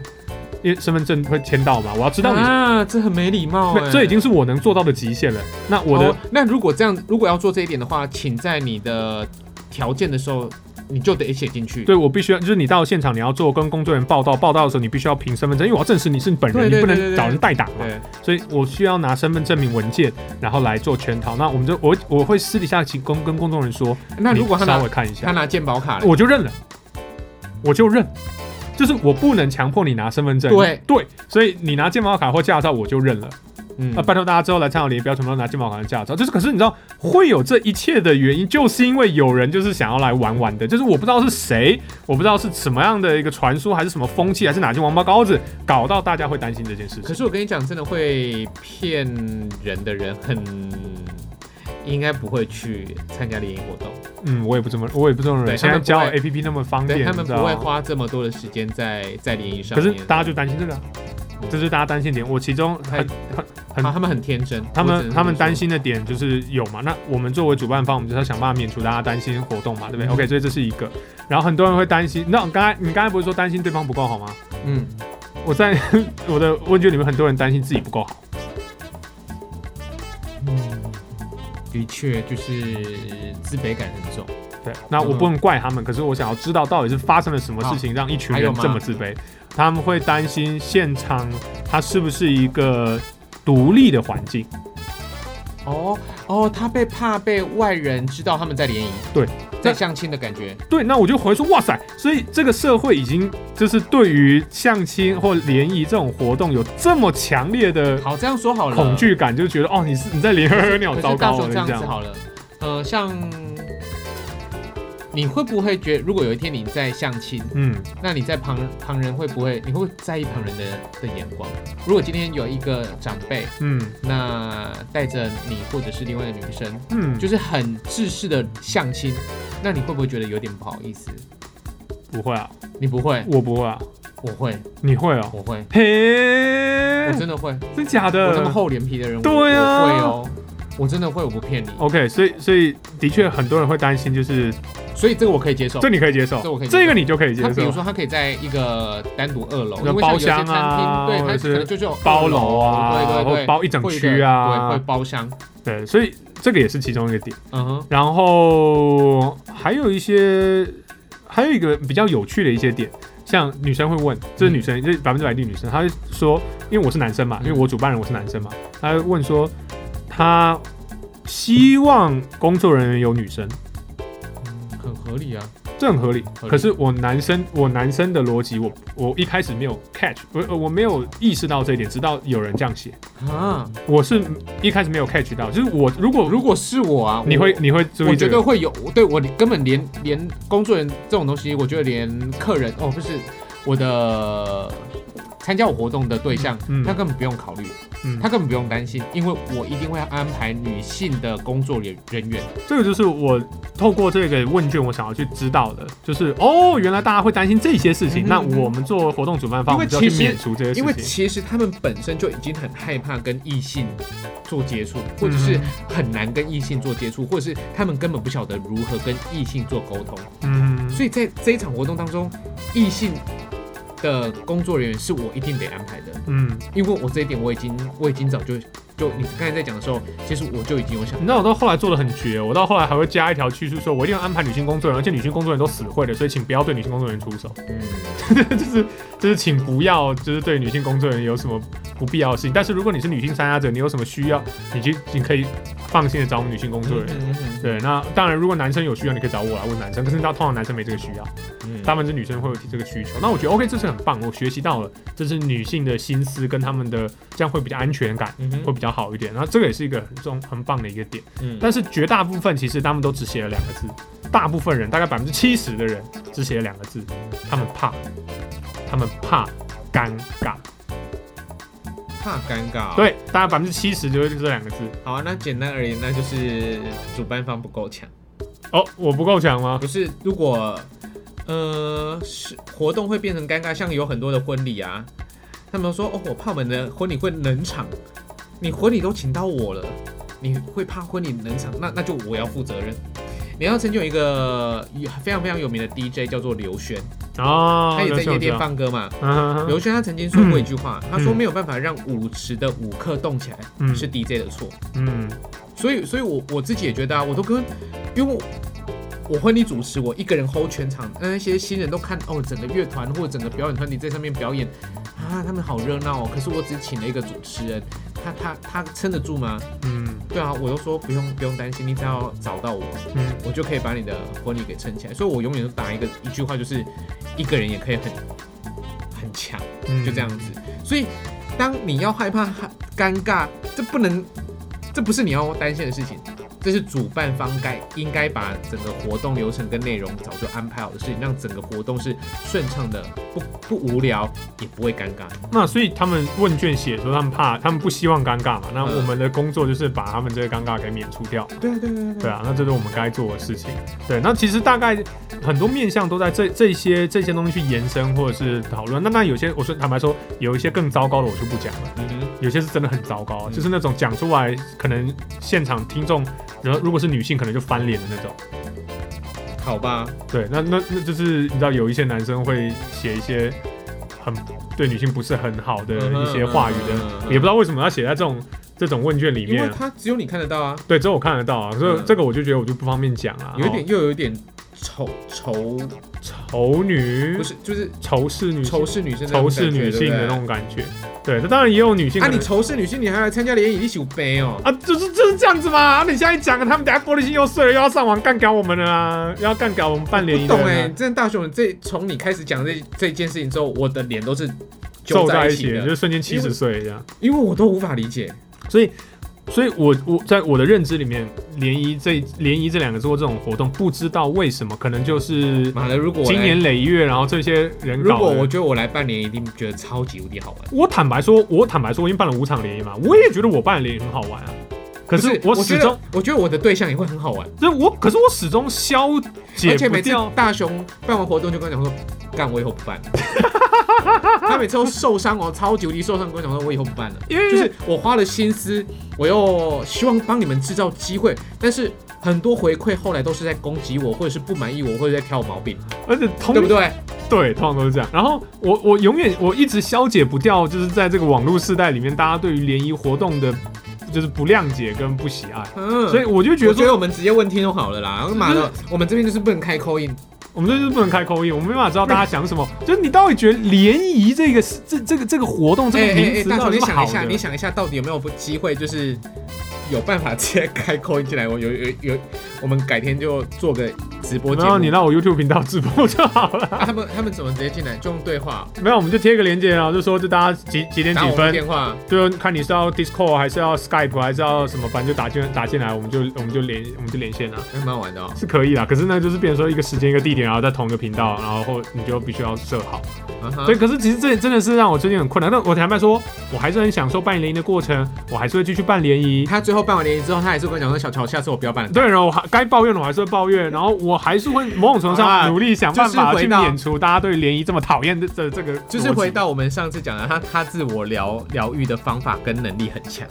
因为身份证会签到嘛，我要知道你。啊，这很没礼貌没哎。这已经是我能做到的极限了。那我的、哦那如果这样，如果要做这一点的话，请在你的条件的时候，你就得写进去。对我必须要，就是你到现场你要做跟工作人员报道，报道的时候你必须要凭身份证，因为我要证实你是本人，对你对不对对能对找人代打嘛。对，所以我需要拿身份证明文件，然后来做圈套。那我们就我我会私底下请工跟工作人员说，那如果他你稍拿微看一他下，拿健保卡了，我就认了，我就认。就是我不能强迫你拿身份证，对对，所以你拿健保卡或驾照我就认了。嗯啊，拜托大家之后来参考联谊，不要全部都拿金毛狂的驾照。就是，可是你知道会有这一切的原因，就是因为有人就是想要来玩玩的，就是我不知道是谁，我不知道是什么样的一个传说，还是什么风气，还是哪根王八羔子，搞到大家会担心这件事可情。是我跟你讲，真的会骗人的人很，应该不会去参加联谊活动，嗯，我也不这么，我也不这种人。对现在他们不交友会 APP 那么方对便，他你们知不会道吗？花这么多的时间在在联谊上可面。是大家就担心这个啊，这是大家担心点。我其中太很很他们很天真，他我只们能他们这么担心的点就是有嘛，那我们作为主办方，我们就是要想办法免除大家担心活动嘛，对不对、嗯 o k 所以这是一个。然后很多人会担心，那刚才你刚才不是说担心对方不够好吗？说，嗯，我在 我的问卷里面，很多人担心自己不够好，的确就是自卑感很重。对，那我不能怪他们，可是我想要知道到底是发生了什么事情让一群还有人吗这么自卑，他们会担心现场它是不是一个独立的环境。哦哦，他被怕被外人知道他们在联谊，对，在那相亲的感觉。对，那我就回说，哇塞！所以这个社会已经就是对于相亲或联谊这种活动有这么强烈的好，这样说好了，恐惧感，就觉得哦，你是你在联合鸟可糟是大糕雄了，这你样这子样。好了，呃，像你会不会觉得，如果有一天你在相亲，嗯，那你在旁旁人会不会，你会不会在意旁人的的眼光？如果今天有一个长辈，嗯那带着你或者是另外一个女生，嗯，就是很自私的相亲，那你会不会觉得有点不好意思？不会啊，你不会，我不会啊，我会，你会哦？我会，嘿我，真的会，真假的？我这么厚脸皮的人，嗯我对啊我会哦，我真的会，我不骗你。 OK，所以所以的确很多人会担心，就是所以这个我可以接受。这你可以接受，这我可以接受这个你就可以接他比如受。说，他可以在一个单独二楼，因那为像有包一些餐厢厅，啊对，或者它是可能就只有包二楼楼啊对对或对，包一整会有个区啊对，会包厢，对，所以这个也是其中一个点。嗯哼，然后还有一些，还有一个比较有趣的一些点，像女生会问，这是女生，这百分之百的女生，她就说，因为我是男生嘛，嗯因为我主办人我是男生嘛，她就问说，她希望工作人员有女生，嗯很合理啊，这很合理。合理可是我男生，我男生的逻辑，我我一开始没有 catch，我呃我没有意识到这一点，直到有人这样写，啊，我是一开始没有 catch 到，就是我如果如果是我啊，你会我。你会注我意觉这得个，会有，对我根本连连工作人员这种东西，我觉得连客人哦，不是我的参加我活动的对象，嗯他根本不用考虑，嗯他，根本不用担心，因为我一定会安排女性的工作人人员。这个就是我透过这个问卷，我想要去知道的，就是哦，原来大家会担心这些事情，嗯哼那嗯哼我们做活动主办方，因我为们就要去其实免除这些因为事情。其实他们本身就已经很害怕跟异性做接触，或者是很难跟异性做接触，或者是他们根本不晓得如何跟异性做沟通。嗯，所以在这一场活动当中，异性的工作人员是我一定得安排的，嗯，因为我这一点我已经我已经早就就你刚才在讲的时候，其实我就已经有想你知道嗯我到后来做的很绝，我到后来还会加一条叙述，说我一定要安排女性工作人员，而且女性工作人员都死会的，所以请不要对女性工作人员出手，嗯， 就是就是请不要就是对女性工作人员有什么不必要的事情。但是如果你是女性参加者，你有什么需要，你去你可以放心的找我们女性工作人员。嗯嗯对，那当然，如果男生有需要，你可以找我来啊问男生。可是你知道，通常男生没这个需要。嗯他们是女生会有提这个需求。那我觉得 OK，这是很棒，我学习到了，这是女性的心思跟她们的这样会比较安全感，嗯会哼比较好一点。然后这个也是一个很重很棒的一个点。嗯但是绝大部分其实他们都只写了两个字，大部分人大概百分之七十的人只写了两个字，他们怕，他们怕尴尬。啊怕尴尬。，对，大概百分之七十就是这两个字。好啊，那简单而言，那就是主办方不够强。哦，我不够强吗？不是，如果呃是活动会变成尴尬，像有很多的婚礼啊，他们说哦，我怕我们的婚礼会冷场，你婚礼都请到我了，你会怕婚礼冷场，那那就我要负责任。你要曾经有一个有非常非常有名的 DJ 叫做刘轩，哦，他也有在夜这店种放歌嘛。嗯哼刘轩他曾经说过一句话，他说嗯没有办法让舞池的舞客动起来、嗯是 DJ 的错。嗯所以，所以我我自己也觉得啊，我都跟，因为我我婚礼主持，我一个人 hold 全场，那那些新人都看哦，整个乐团或者整个表演团体在上面表演啊，他们好热闹哦。可是我只请了一个主持人，他他他撑得住吗？嗯对啊，我都说不用不用担心，你只要找到我，嗯我就可以把你的婚礼给撑起来。所以我永远都打一个一句话，就是一个人也可以很很强。嗯，就这样子。所以，当你要害怕、害尴尬，这不能，这不是你要担心的事情，这是主办方该应该把整个活动流程跟内容早就安排好的事情，让整个活动是顺畅的，不不无聊，也不会尴尬。那所以他们问卷写说他们怕，他们不希望尴尬嘛。那嗯我们的工作就是把他们这个尴尬给免除掉。对啊，对对对啊，那这是我们该做的事情。对，那其实大概很多面向都在这这些这些东西去延伸或者是讨论。那那有些我说坦白说，有一些更糟糕的我就不讲了，嗯哼，有些是真的很糟糕，啊嗯就是那种讲出来可能现场听众，然后如果是女性可能就翻脸的那种。好吧，对，那那那就是你知道有一些男生会写一些很对女性不是很好的嗯哼一些话语的，嗯哼也不知道为什么要写在这种这种问卷里因为面。它只有你看得到啊，对，只有我看得到啊，所以嗯这个我就觉得我就不方便讲啊。有一点又有一点丑丑，哦丑女，不是就是仇视女性仇视女生的那种仇感视觉，女性的那对不对种感觉。对，那当然也有女性啊，可能你仇视女性，你还来参加联谊，你有悲哦。啊，就是就是这样子嘛。啊你现在讲了，他们等下玻璃心又碎了，又要上网干掉我们了啊，又要干掉我们办联谊不的懂人哎、啊、真的大雄，这从你开始讲这这件事情之后，我的脸都是皱揪在欸一一起起，的就，瞬间七因为十岁这样。因为我都无法理解。所以，所以我我在我的认知里面，联谊这联谊这两个做这种活动，不知道为什么，可能就是妈的，如果我来经年累月，然后这些人如搞的。果我觉得我来半年，一定觉得超级无敌好玩。我坦白说，我坦白说，我已经办了五场联谊嘛，我也觉得我办的联谊很好玩啊。可不是我我始终，觉得，我觉得我的对象也会很好玩，就是我，可是我始终消解而且不每次掉。大雄办完活动就跟我讲说，干我以后不办。 他每次都受伤哦，超级无敌受伤，跟我讲说，我以后不办了。因为就是我花了心思，我又希望帮你们制造机会，但是很多回馈后来都是在攻击我，或者是不满意我，或者在挑我毛病，而且通对不对？对，通常都是这样。然后我我永远我一直消解不掉，就是在这个网络世代里面，大家对于联谊活动的，就是不谅解跟不喜爱。嗯，所以我就觉得嗯我觉说，得我们直接问听众好了啦。妈的，我们这边就是不能开口音，我们这就是不能开口音，我们没办法知道大家想什么。就是你到底觉得联谊这个这这个这个活动这哎个哎名哎，词大到雄，底是你不想好一下，的你？想一下，到底有没有机会，就是有办法直接开口音进来？我有有有，我们改天就做个直播节然后目。你让我 YouTube 频道直播就好 了。啊，他们他们怎么直接进来？就用对话，没有，我们就贴个链接，然后就说就大家几几点打几我们分，电话。就看你是要 Discord 还是要 Skype 还是要什么，反正就打进打进来，我们就我们就连我们就连线啊，还蛮好玩的哦，是可以啦。可是呢，就是变成说一个时间一个地点，然后在同一个频道，然后或你就必须要设好。啊哈对，可是其实这真的是让我最近很困难。但我坦白说，我还是很享受办联谊的过程，我还是会继续办联谊。他最后办完联谊之后，他还是跟我讲说：“小乔，下次我不要办了。对，然后我还该抱怨的我还是会抱怨，然后我还是会某种程度啊上努力想办法就是去回到免除大家对联谊这么讨厌的这这个逻”辑。就是回到我们上次讲的，他他自我疗疗愈的方法跟能力很强，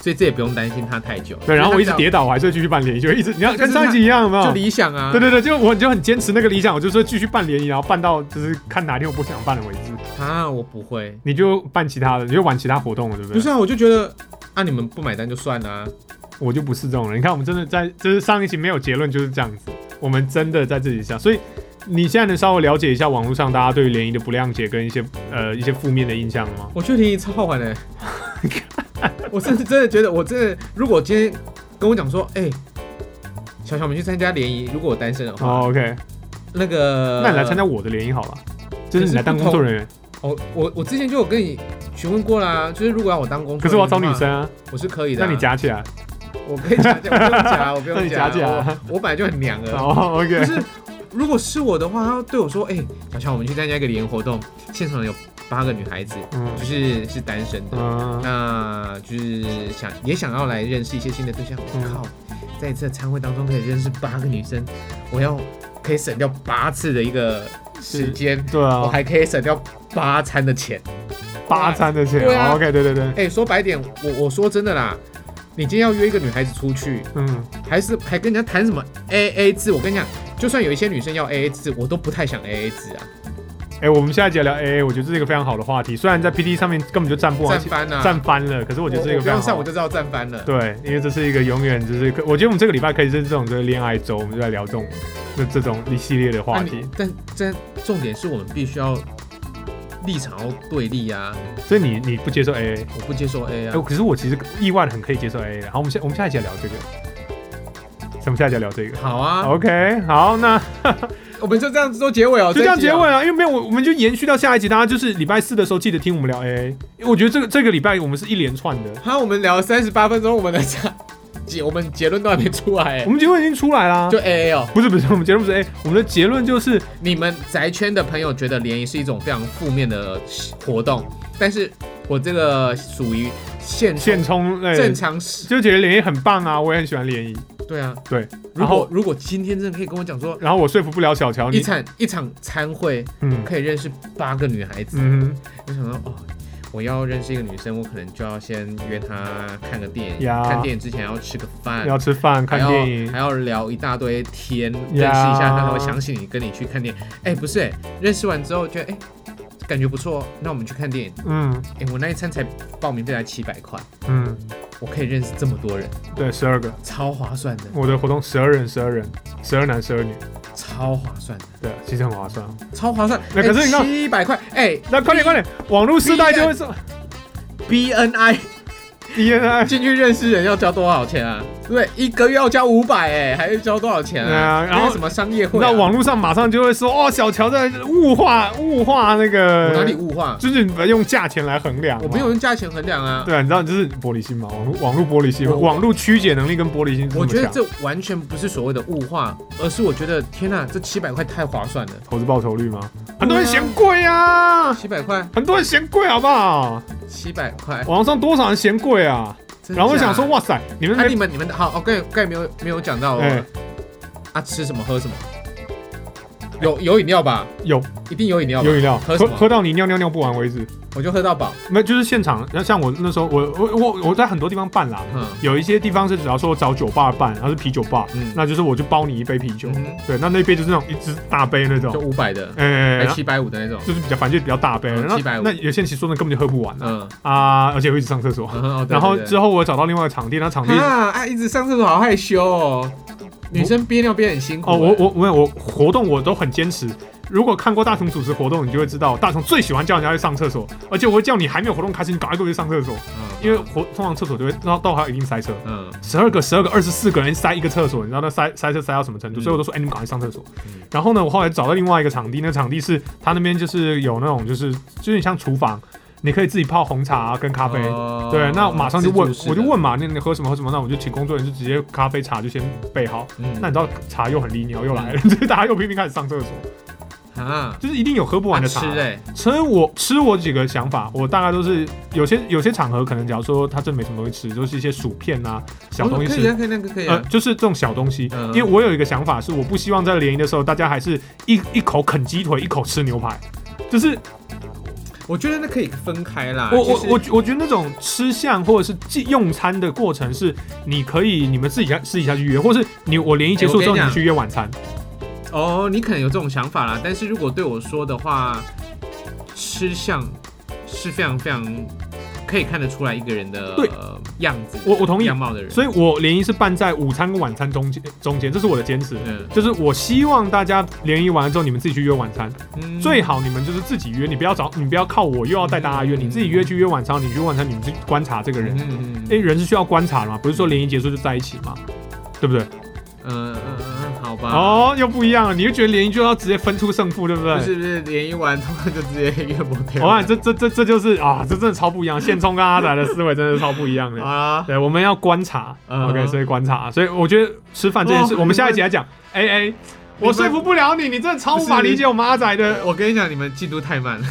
所以这也不用担心他太久。对，然后我一直就跌倒，我还是会继续办联谊，就一直你要就是跟他上一集一样，有没他，就有？理想啊。对对对，就我就很坚持那个理想，我就说继续办联谊，然后办到就是看哪天我不想办了为止。啊，我不会。你就办其他的，你就玩其他活动了，对不不对？是啊，我就觉得啊，你们不买单就算了、啊。我就不是这种人。你看，我们真的在就是上一期没有结论就是这样子，我们真的在自己上，所以。你现在能稍微了解一下网络上大家对于联谊的不谅解跟一些呃一些负面的印象吗？我觉得联谊超好 玩的、我真的真的觉得，我真的如果今天跟我讲说，哎、小小我们去参加联谊，如果我单身的话，哦、o k 那个那你来参加我的联谊好了，就是你来当工作人员，哦，我我之前就有跟你询问过啦，就是如果要我当工作，可是我要找女，生啊，我是可以的、那你，夹起来。我可以夹夹，我不用 那夹，我不用你夹夹，夹啊我我本来就很娘了。哦，OK、可 o k 是如果是我的话，他对我说，哎、小乔，我们去参加一个联谊活动，现场有八个女孩子，嗯就是是单身的，嗯，那就是想也想要来认识一些新的对象。我、嗯靠，在一次的餐会当中可以认识八个女生，我要可以省掉八次的一个时间，对我啊，还可以省掉八餐的钱。八餐的钱、对啊哦 OK，对对对，哎、说白点，我我说真的啦，你今天要约一个女孩子出去，嗯，还是还跟人家谈什么 A A 制？我跟你讲，就算有一些女生要 A A 制，我都不太想 A A 制啊，哎、我们下一节聊 AA，我觉得这是一个非常好的话题，虽然在 PT 上面根本就站不完站，翻啊！站翻了，可是我我觉得这是一个不非常用好上我就知道站翻了。对，因为这是一个永远就是，我觉得我们这个礼拜可以是这种就是恋爱周，我们就来聊这种这这种一系列的那话你题，但但重点是我们必须要立场要对立啊！所以你你不接受 AA，我不接受 A 哎、啊！可是我其实意外的很可以接受 AA，然后我们下我们下一节聊这个，我们下一节聊这个。好啊， OK，好，那我们就这样子做结尾哦，就这样一集结哦尾。啊，因为没有我，我们就延续到下一集，大家就是礼拜四的时候记得听我们聊 AA，因为我觉得这个这个礼拜我们是一连串的，好，我们聊三十八分钟，我们的结结我们结论都还没出来我欸，们结论已经出来啦就。A A 哦。不是不是，我们结论不是 A，我们的结论就是你们宅圈的朋友觉得联谊是一种非常负面的活动，但是我这个属于现现充类，正常是，哎就觉得联谊很棒啊，我也很喜欢联谊。对啊，对。如然果后如果今天真的可以跟我讲说，然后我说服不了小乔，一你场一场餐会嗯可以认识八个女孩子，嗯我想说哦。我要认识一个女生，我可能就要先约她看个电影。呀看电影之前要吃个哼，饭，要吃哎饭看电影还，要还要聊一大堆天，认识一呀下他才会想起你，跟你去看电影。哎、不是、哎，认识完之后觉得哎、感觉不错，那我们去看电影。嗯哎、我那一餐才报名费才七百块，嗯，我可以认识这么多人，对，十二个，超划算的，我的活动十二人，十二人，十二男十二女，超划算的，对，其实很划算。超划算。那可是你看七百块，哎、那快点快点，网络时代就会说 b N I DNA。进去认识人要交多少钱啊？对，一个月要交五百，哎，还要交多少钱对啊？啊然后那个什么商业会、啊？那网络上马上就会说，哦，小乔在物化物化那我个，哪里物化？就是用价钱来衡量嘛。我没有用价钱衡量啊。对啊，你知道就是玻璃心嘛，网络网络玻璃心嘛，我网络曲解能力跟玻璃心是我么觉得强，这完全不是所谓的物化，而是我觉得天呐，这七百块太划算了，投资报酬率吗？很多人嫌贵啊，七百块，很多人嫌贵好不好？七百块。网上多少人嫌贵啊？真然后我假想说，，哇塞，你们那、没你们你们好，哦，刚才刚才没有没有讲到哦、哎啊，吃什么喝什么，有有饮料吧？有一定有饮料吧，有饮料，喝喝什么喝到你尿尿尿不完为止。我就喝到饱。没，就是现场，那像我那时候，我我我我在很多地方办啦，嗯有一些地方是只要说我找酒吧办，然后是啤酒吧，嗯，那就是我就包你一杯啤酒，嗯哼对，那那杯就是那种一只大杯那就种，五百的，哎、还然后嗯七百五的那种。就是比较反正就比较大杯，嗯然后750那有些人其实说真的根本就喝不完啊，嗯，啊而且会一直上厕所，嗯哦对然后对对之后我找到另外一个场地，那场地啊，哎，一直上厕所好害羞哦。女生憋尿憋很辛苦哦，我哎我我有我活动我都很坚持。如果看过大雄主持活动，你就会知道，大雄最喜欢叫人家去上厕所，而且我会叫你还没有活动开始，你赶快给我去上厕所，嗯因为活通常厕所都会到到还有一定塞车，嗯十二个十二个二十四个人塞一个厕所，你知道那塞塞车塞到什么程度？嗯所以我都说，哎、你们赶快上厕所。嗯然后呢，我后来找到另外一个场地，那场地是它那边就是有那种就是就是像厨房，你可以自己泡红茶、啊跟咖啡。哦对，那我马上就问自助式，我的就问嘛，那你喝什么喝什么？那我就请工作人员就直接咖啡茶就先备好。嗯那你知道茶又很利尿又来了，就是 大家又拼命开始上厕所，啊，就是一定有喝不完的啊茶。吃哎，吃我吃我几个想法，我大概都是有些有些场合可能，假如说他真没什么东西吃，就是一些薯片啊小东西哦可以啊，吃。可以那个可以呃啊，，就是这种小东西，嗯因为我有一个想法，是我不希望在联谊的时候，大家还是一一口啃鸡腿，一口吃牛排，就是啊我觉得那可以分开啦。我就我是我觉我觉得那种吃相或者是记用餐的过程是，你可以你们自己家私底下去约，或是你我联谊结束之哎我后跟你你讲们去约晚餐，哦，你可能有这种想法啦，但是如果对我说的话，吃相是非常非常可以看得出来一个人的对呃样子，我我同意样貌的人，所以我联谊是办在午餐跟晚餐中间中间，这是我的坚持。嗯就是我希望大家联谊完了之后，你们自己去约晚餐，嗯最好你们就是自己约，你不要找，你不要靠我又要带大家约，嗯你自己约去约晚餐，你去晚餐，你们去观察这个人。嗯嗯诶，人是需要观察的嘛，不是说联谊结束就在一起嘛，对不对？嗯嗯嗯，好吧。哦，又不一样了，你就觉得联谊就要直接分出胜负，对不不对？是不是，联谊完他们就直接约模特我哦看这这这这就是啊，这真的超不一样，现充跟阿仔的思维真的是超不一样的。啊， 对，我们要观察、嗯 o k 所以观察，所以我觉得吃饭这件事，哦我们下一集来 讲。A A，你哎我们说服不了你，你真的超无法不是理解我们阿仔的。我跟你讲，你们进度 太慢了，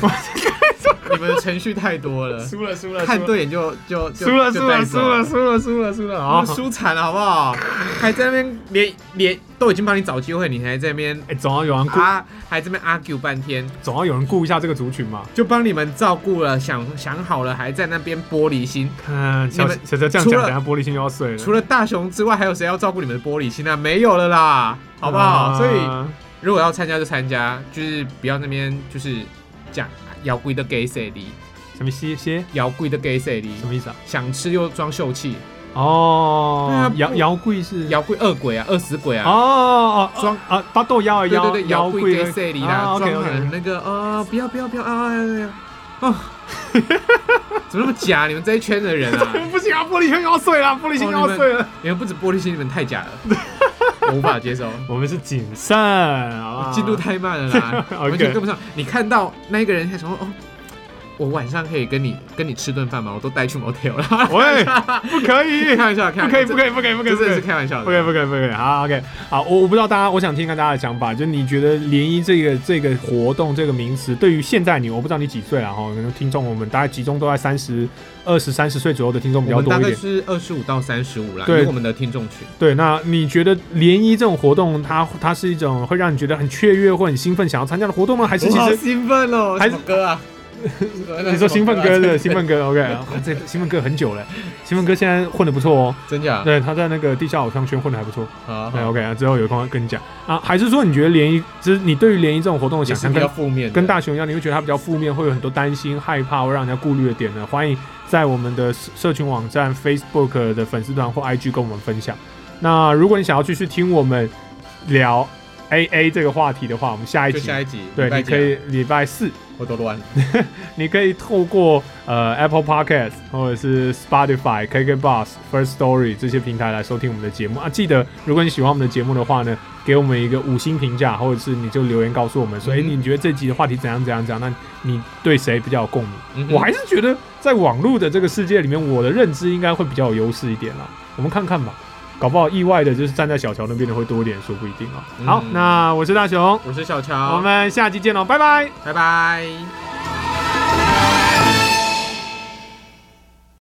你们的程序太多了，输了输了看对眼就就就输了就输带了走哦输了输了输了输了啊！输惨了好不好？还在那边连连都已经帮你找机会，你还在那边哎，总要有人顾，啊，还在那边 argue 半天，总要有人顾一下这个族群嘛。就帮你们照顾了，想想好了，还在那边玻璃心。嗯，小小你们小这样讲，除等了下玻璃心又要碎了除，了大雄之外，还有谁要照顾你们的玻璃心啊？没有了啦，好不好？啊所以如果要参加就参加，就是不要那边就是讲摇贵的给谁的，什么歇歇摇贵的给谁的，什么意思啊？想吃又装秀气，对哦啊，摇不摇柜是摇贵恶鬼啊，饿死鬼啊！哦哦装装啊八豆腰啊对对腰对，摇腰柜给柜谁里啊啦， ，OK 装 OK 很。那个啊，不要不要不要啊！ 啊，怎么那么假？你们这一圈的人啊， 不行啊，玻璃圈要碎了，玻璃心要碎了。你们不止玻璃心，你们太假了，我无法接受，我们是谨慎，好吧？进度太慢了啦啊 OK，完全跟不上。你看到那一个人，他想说哦。我晚上可以跟你跟你吃顿饭吗？我都带去 motel 了。 喂，不可以，开玩笑，开不玩可 笑，以，不可以，不可以，不可以，这不真可的是以。开玩笑不可以，的。不可以，不可以。好，OK，好，我我不知道大家，我想听看大家的想法，就你觉得联谊这个这个活动这个名词，对于现在你，我不知道你几岁了哈，可能听众我们大概集中都在三十二十三十岁左右的听众比较我们多大一概点。是二十五到三十五啦，对以我们的听众群。对，那你觉得联谊这种活动，它它是一种会让你觉得很雀跃或很兴奋想要参加的活动吗？还是我其好实兴奋哦，还还是是歌啊？ 你你说兴奋哥 的的兴奋哥，OK，啊这兴奋哥很久了，兴奋哥现在混的不错哦，真假？对，他在那个地下偶像圈混的还不错，好，对好， ，OK，啊之后有空跟你讲啊，还是说你觉得联谊，就是你对于联谊这种活动的也想是象比跟较负面的，跟大雄一样，你会觉得它比较负面，会有很多担心、害怕，会让人家顾虑的点呢？欢迎在我们的社社群网站、Facebook 的粉丝团或 IG 跟我们分享。那如果你想要继续听我们聊 AA 这个话题的话，我们下一就集下一集，对，礼拜你几可啊以礼拜四我都乱了，你可以透过呃 Apple Podcast 或者是 Spotify、KK Bus、First Story 这些平台来收听我们的节目啊。记得，如果你喜欢我们的节目的话呢，给我们一个五星评价，或者是你就留言告诉我们说，嗯哎、你觉得这集的话题怎样怎样怎样？那你对谁比较有共鸣？嗯哼我还是觉得在网络的这个世界里面，我的认知应该会比较有优势一点啦。我们看看吧。搞不好意外的就是站在小乔那边的会多一点，说不一定啊。好，嗯那我是大雄，我是小我乔，们下期见喽，拜拜。拜拜。